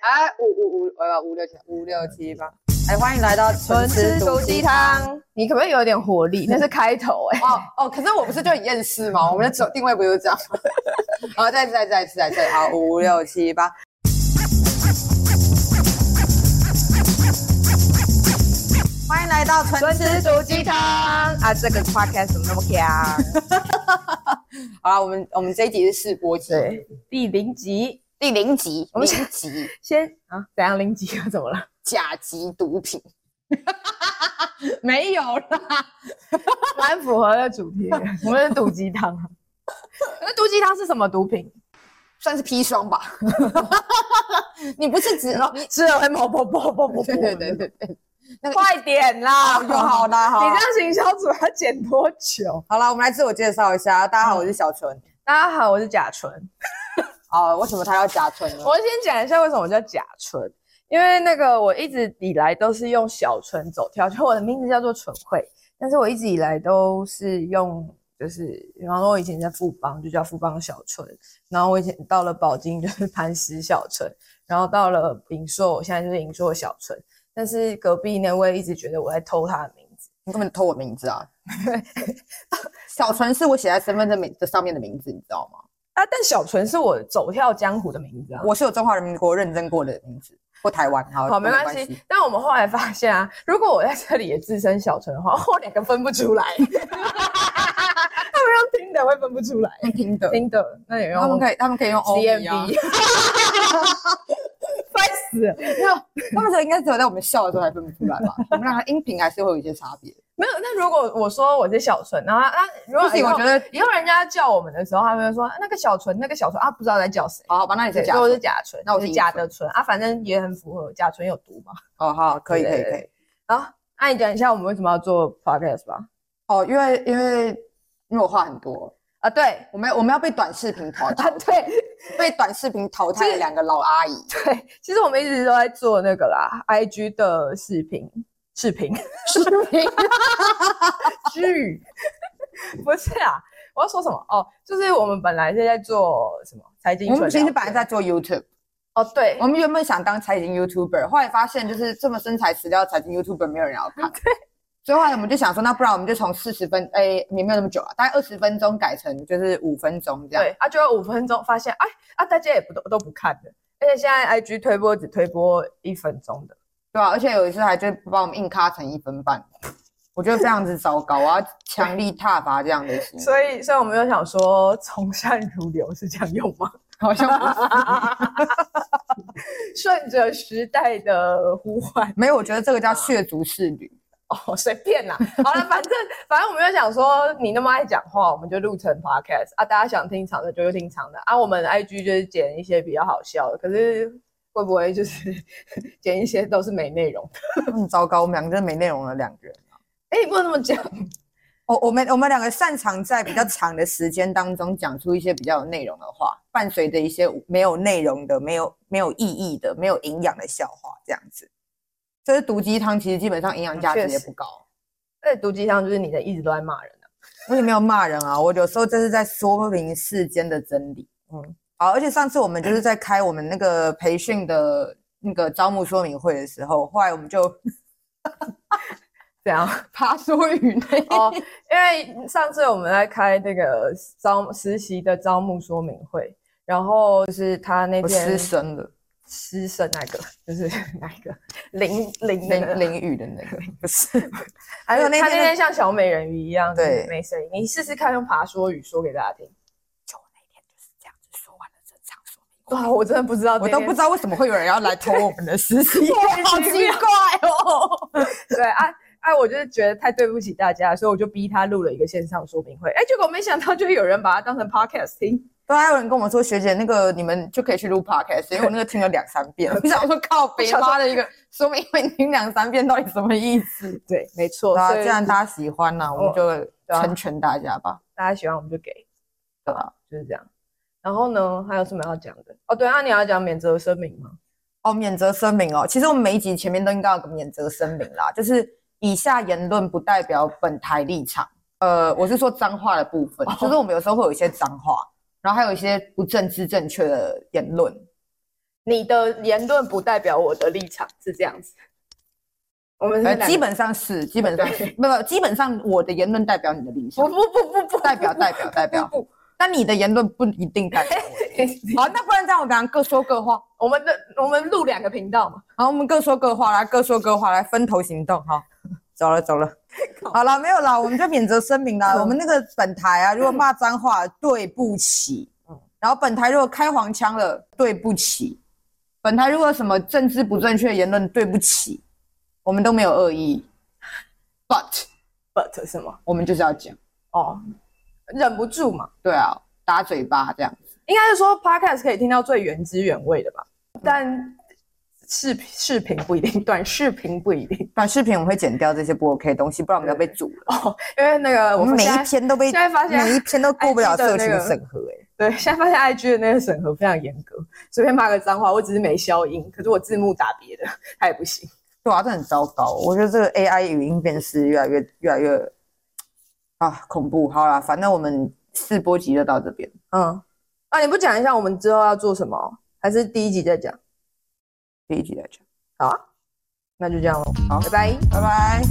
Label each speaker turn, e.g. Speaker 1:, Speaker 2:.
Speaker 1: 哎，五五五呃五六七五六七八，哎，欢迎来 到
Speaker 2: 纯吃毒鸡。汤。你可不可以有点活 力？那是开头哎、
Speaker 1: 哦哦，可是我不是就很厌世吗？我们的走定位不就是这样吗？ 好，再一次再一次再一次再一次，好，五六七八。欢迎来到纯
Speaker 2: 纯
Speaker 1: 吃
Speaker 2: 吃毒鸡汤啊，这个 podcast 怎么那么强？
Speaker 1: 好啦，我们我们这一集是试播集，
Speaker 2: 对，第零集，
Speaker 1: 第零集，
Speaker 2: 我们
Speaker 1: 零集
Speaker 2: 先啊，怎样零集啊？怎么了？
Speaker 1: 甲级毒品，
Speaker 2: 没有啦， 蛮符合的主 题。我们是毒鸡汤啊， 那毒鸡汤是什么毒品？
Speaker 1: 算是砒霜吧？你不是只你
Speaker 2: 哦吃了会冒泡泡泡泡。
Speaker 1: 对对对对对，那个
Speaker 2: 快点啦！
Speaker 1: 好就好啦，好
Speaker 2: 你
Speaker 1: 啦。
Speaker 2: 这样行销组要剪多久？
Speaker 1: 好了，我们来自我介绍一下。大家好，
Speaker 2: 嗯
Speaker 1: 我是小纯。
Speaker 2: 大家好，我是甲醇。
Speaker 1: 啊、为什么他要假纯呢？
Speaker 2: 我先讲一下为什么我叫甲醇，因为那个我一直以来都是用小纯走跳，就我的名字叫做纯慧，但是我一直以来都是用，就是比方说我以前在富邦就叫富邦小纯，然后我以前到了宝金就是 磐石小纯，然后到了银硕，我现在就是银硕小纯，但是隔壁那位一直觉得我在偷他的名字，
Speaker 1: 你根本偷我名字啊！ 小纯是我写在身份证名这上面的名字，你知道吗？
Speaker 2: 啊，但小纯是我走跳江湖的名字啊。
Speaker 1: 我是有中华人民国认证过的名字，或台湾。好，
Speaker 2: 好，没关系。。但我们后来发现啊，如果我在这里也自称小纯的话，我两个分不出来。他们用听的会分不出来，
Speaker 1: 用听的，
Speaker 2: 听的那也用
Speaker 1: 他们可以，他们可以用 O B 啊
Speaker 2: CMB，烦死了。
Speaker 1: 他们说应该只有在我们笑的时候才分不出来 吧？我们两个音频还是会有一些差别。
Speaker 2: 没有，那如果我说我是小纯，然后那如
Speaker 1: 不
Speaker 2: 果
Speaker 1: 行，我觉得
Speaker 2: 以后人家叫我们的时候，他们就说啊那个小纯，那个小纯啊，不知道在叫谁。
Speaker 1: 好好吧，那你哦是
Speaker 2: 对
Speaker 1: 假
Speaker 2: 所以我是
Speaker 1: 纯。
Speaker 2: 甲醇，
Speaker 1: 那我是
Speaker 2: 是
Speaker 1: 乙
Speaker 2: 假
Speaker 1: 醇
Speaker 2: 的醇啊，反正也很符合甲醇有毒嘛。
Speaker 1: 哦，好，可以，可
Speaker 2: 对
Speaker 1: 以，
Speaker 2: 对
Speaker 1: 可以。
Speaker 2: 好，那你讲一下我们为什么要做 podcast 吧？
Speaker 1: 哦，因为因为因为我话很多，
Speaker 2: 啊，对，
Speaker 1: 我们我们要被短视频淘
Speaker 2: 啊
Speaker 1: 汰，
Speaker 2: 对，
Speaker 1: 被短视频淘汰的两个老阿姨。
Speaker 2: 对，其实我们一直都在做那个啦，IG 的视频、视频、视频 剧，不是啊，我要说什么？哦，就是我们本来是在做什么财经
Speaker 1: 我
Speaker 2: 纯聊
Speaker 1: 们嗯
Speaker 2: 天，
Speaker 1: 其实本来在做 YouTube，
Speaker 2: 哦，对
Speaker 1: 我，们原本想当财经 YouTuber，后来发现就是这么身材死掉的财经 YouTuber 没有人要 看，对，所以后来我们就想说，那不然我们就从四十分，哎、也没有那么久啊，大概二十分钟改成就是五分钟这样
Speaker 2: 对。啊，就要五分钟，发现哎啊，大家也不都都不看的，而且现在 IG 推播只推播一分钟的，
Speaker 1: 对啊，而且有一次还就把我们硬卡成一分半，我觉得非常之糟糕，我要强力挞伐这样的行为，
Speaker 2: 所以所以我们就想说，从善如流是这样用吗？
Speaker 1: 好像不是
Speaker 2: 顺着时代的呼唤。
Speaker 1: 没有，我觉得这个叫血族侍女。
Speaker 2: 哦，随便啦。 好了，反正反正我们就想说，你那么爱讲话，我们就录成 podcast 啊。大家想听长的就听长的啊。我们 IG 就是剪一些比较好笑的，可是会不会就是 剪一些都是没内容的？
Speaker 1: 很糟糕，我们两个真的没内容了，两个人。
Speaker 2: 哎、你不能这么讲。
Speaker 1: 哦我我们我们两个擅长在 比较长的时间当中讲出一些比较有内容的话，伴随着一些没有内容的、没有没有意义的、没有营养的笑话，这样子。这是毒鸡汤，其实基本上营养价值
Speaker 2: 啊确
Speaker 1: 也
Speaker 2: 实
Speaker 1: 不高。
Speaker 2: 那毒鸡汤就是你的一直都在骂人啊。
Speaker 1: 我也没有骂人啊，我有时候这是在说明世间的真理。嗯
Speaker 2: 嗯，
Speaker 1: 好，而且上次我们就是在开我们那个培训的那个招募说明会的时候，后来我们就
Speaker 2: 怎样？
Speaker 1: 爬说语内
Speaker 2: 哦，因为上次我们在开那个招实习的招募说明会，然后就是他那
Speaker 1: 我哦失
Speaker 2: 天
Speaker 1: 声了，
Speaker 2: 师生那个，就是 那个林林那个
Speaker 1: 淋淋雨的那个不是。
Speaker 2: 还有那
Speaker 1: 他
Speaker 2: 天
Speaker 1: 那天
Speaker 2: 像小美人鱼一样，
Speaker 1: 对
Speaker 2: 没声音。你试试看用爬说语说给大家听。
Speaker 1: 就我那天就是这样子说完了整场说明
Speaker 2: 哇，我真的不知道，
Speaker 1: 我都不知道为什么会有人要来偷 我们的实习，
Speaker 2: 好奇
Speaker 1: 怪哦。
Speaker 2: 对啊。哎、我就是觉得太对不起大家，所以我就逼他录了一个线上说明会。哎、结果没想到就有人把它当成 podcast 听，
Speaker 1: 对啊，还有人跟我们说，学姐，那个你们就可以去录 podcast，因为我那个听了两三 遍。我想说，靠北
Speaker 2: 想说
Speaker 1: 妈的一个，说明你听两三遍到底什么意思？
Speaker 2: 对，没错。
Speaker 1: 对啊，
Speaker 2: 所以
Speaker 1: 既然大家喜欢呢、我们就
Speaker 2: 啊
Speaker 1: 成全大家吧。
Speaker 2: 大家喜欢我们就给，
Speaker 1: 对啊，
Speaker 2: 就是这样。然后呢，还有什么要讲的？哦，对，那、你要讲免责声明吗？
Speaker 1: 哦，免责声明哦，其实我们每一集前面都应该有个免责声明啦，就是以下言论不代表本台立场。呃，我是说脏话的部分，就是我们有时候会有一些脏话，然后还有一些不政治正确的言论。
Speaker 2: 你的言论不代表我的立场，是这样子。我们是
Speaker 1: 呃
Speaker 2: 两，个
Speaker 1: 基本上是，哦基本上是， 没有，基本上我的言论代表你的理
Speaker 2: 不
Speaker 1: 想，
Speaker 2: 不不不不
Speaker 1: 代表代表代表，但你的言论不一定代表我的。 好，那不然这样，我们俩各说各话。
Speaker 2: 我们的我们录两个频道嘛，
Speaker 1: 好，我们各说各话，来各说各话，来分头行动哈。 走了 走了，好了没有啦，我们就免责声明啦。
Speaker 2: 嗯
Speaker 1: 我们那个本台啊，如果骂脏话，对不起。
Speaker 2: 嗯
Speaker 1: 然后本台如果开黄腔了，对不起。本台如果有什么政治不正确的言论，对不起，我们都没有恶意。But
Speaker 2: ，but 是吗？
Speaker 1: 我们就是要讲，
Speaker 2: 哦，忍不住嘛，
Speaker 1: 对啊，打嘴巴这样。
Speaker 2: 应该是说 podcast 可以听到最原汁原味的吧，但视频视频不一定，短视频不一定
Speaker 1: 短视频我们会剪掉这些不 OK 的东西，不然我们要被煮了。
Speaker 2: 哦，因为那个
Speaker 1: 我
Speaker 2: 我
Speaker 1: 们
Speaker 2: 们
Speaker 1: 每
Speaker 2: 现
Speaker 1: 一
Speaker 2: 在
Speaker 1: 篇都被，
Speaker 2: 现在发现
Speaker 1: 每一篇都过不了
Speaker 2: IG 的
Speaker 1: 社群
Speaker 2: 那个
Speaker 1: 审核、欸，
Speaker 2: 对，现在发现 IG 的那个审核非常严格，随便骂个脏话，我只是没消音，可是我字幕打别的，它也不行。
Speaker 1: 对啊，这很糟糕。我觉得这个 AI 语音辨识越来越越来越啊恐怖。好啦，反正我们试播集就到这边。
Speaker 2: 嗯，啊，你不讲一下我们之后要做什么，哦还是第一集再讲？
Speaker 1: 第一集再讲，
Speaker 2: 好啊，那就这样喽，
Speaker 1: 好
Speaker 2: 拜拜。
Speaker 1: 拜拜。